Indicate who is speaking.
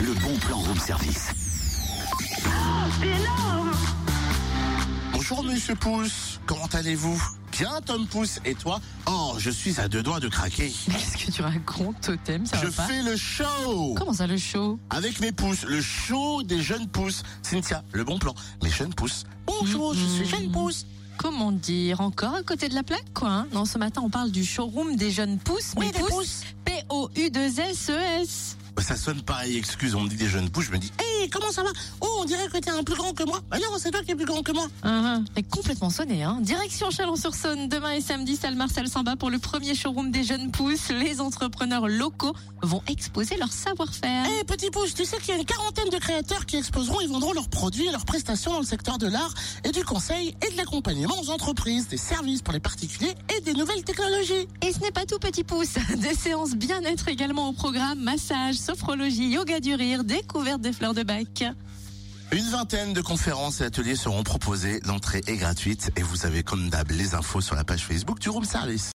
Speaker 1: le bon plan room service.
Speaker 2: C'est énorme
Speaker 1: Bonjour Monsieur Pouce, comment allez-vous Bien Tom Pouce, et toi Oh, je suis à deux doigts de craquer.
Speaker 3: Mais Qu'est-ce que tu racontes, Totem Ça
Speaker 1: Je
Speaker 3: va pas
Speaker 1: fais le show
Speaker 3: Comment ça, le show
Speaker 1: avec mes pouces, le show des jeunes pousses. Cynthia, le bon plan, mes jeunes pousses. Bonjour, je suis
Speaker 3: Mm.
Speaker 1: jeune pouce.
Speaker 3: Comment dire Encore à côté de la plaque, quoi hein Non, ce matin, on parle du showroom des jeunes pousses.
Speaker 1: Oui,
Speaker 3: mais
Speaker 1: des pousses.
Speaker 3: E
Speaker 1: Bah,
Speaker 3: P-O-U-2-S-E-S.
Speaker 1: Ça sonne pareil, excuse, on me dit des jeunes pousses, je me dis, hé, comment ça va Oh, on dirait que t'es un plus grand que moi. Bah non, c'est toi qui es plus grand que moi.
Speaker 3: Hein, hein. T'es complètement sonné, hein Direction Chalon-sur-Saône, demain et samedi, salle Marcel Samba pour le premier showroom des jeunes pousses. Les entrepreneurs locaux vont exposer leur savoir-faire.
Speaker 1: Eh petit pouce, tu sais qu'il y a une quarantaine de créateurs qui exposeront et vendront leurs produits et leurs prestations dans le secteur de l'art et du conseil et de l'accompagnement aux entreprises, des services pour les particuliers et des nouvelles technologies.
Speaker 3: Et ce n'est pas tout, petit pouce. Des séances bien-être également au programme, massage, sophrologie, yoga du rire, découverte des fleurs de bac.
Speaker 1: Une vingtaine de conférences et ateliers seront proposés, l'entrée est gratuite et vous avez comme d'hab les infos sur la page Facebook du Room Service.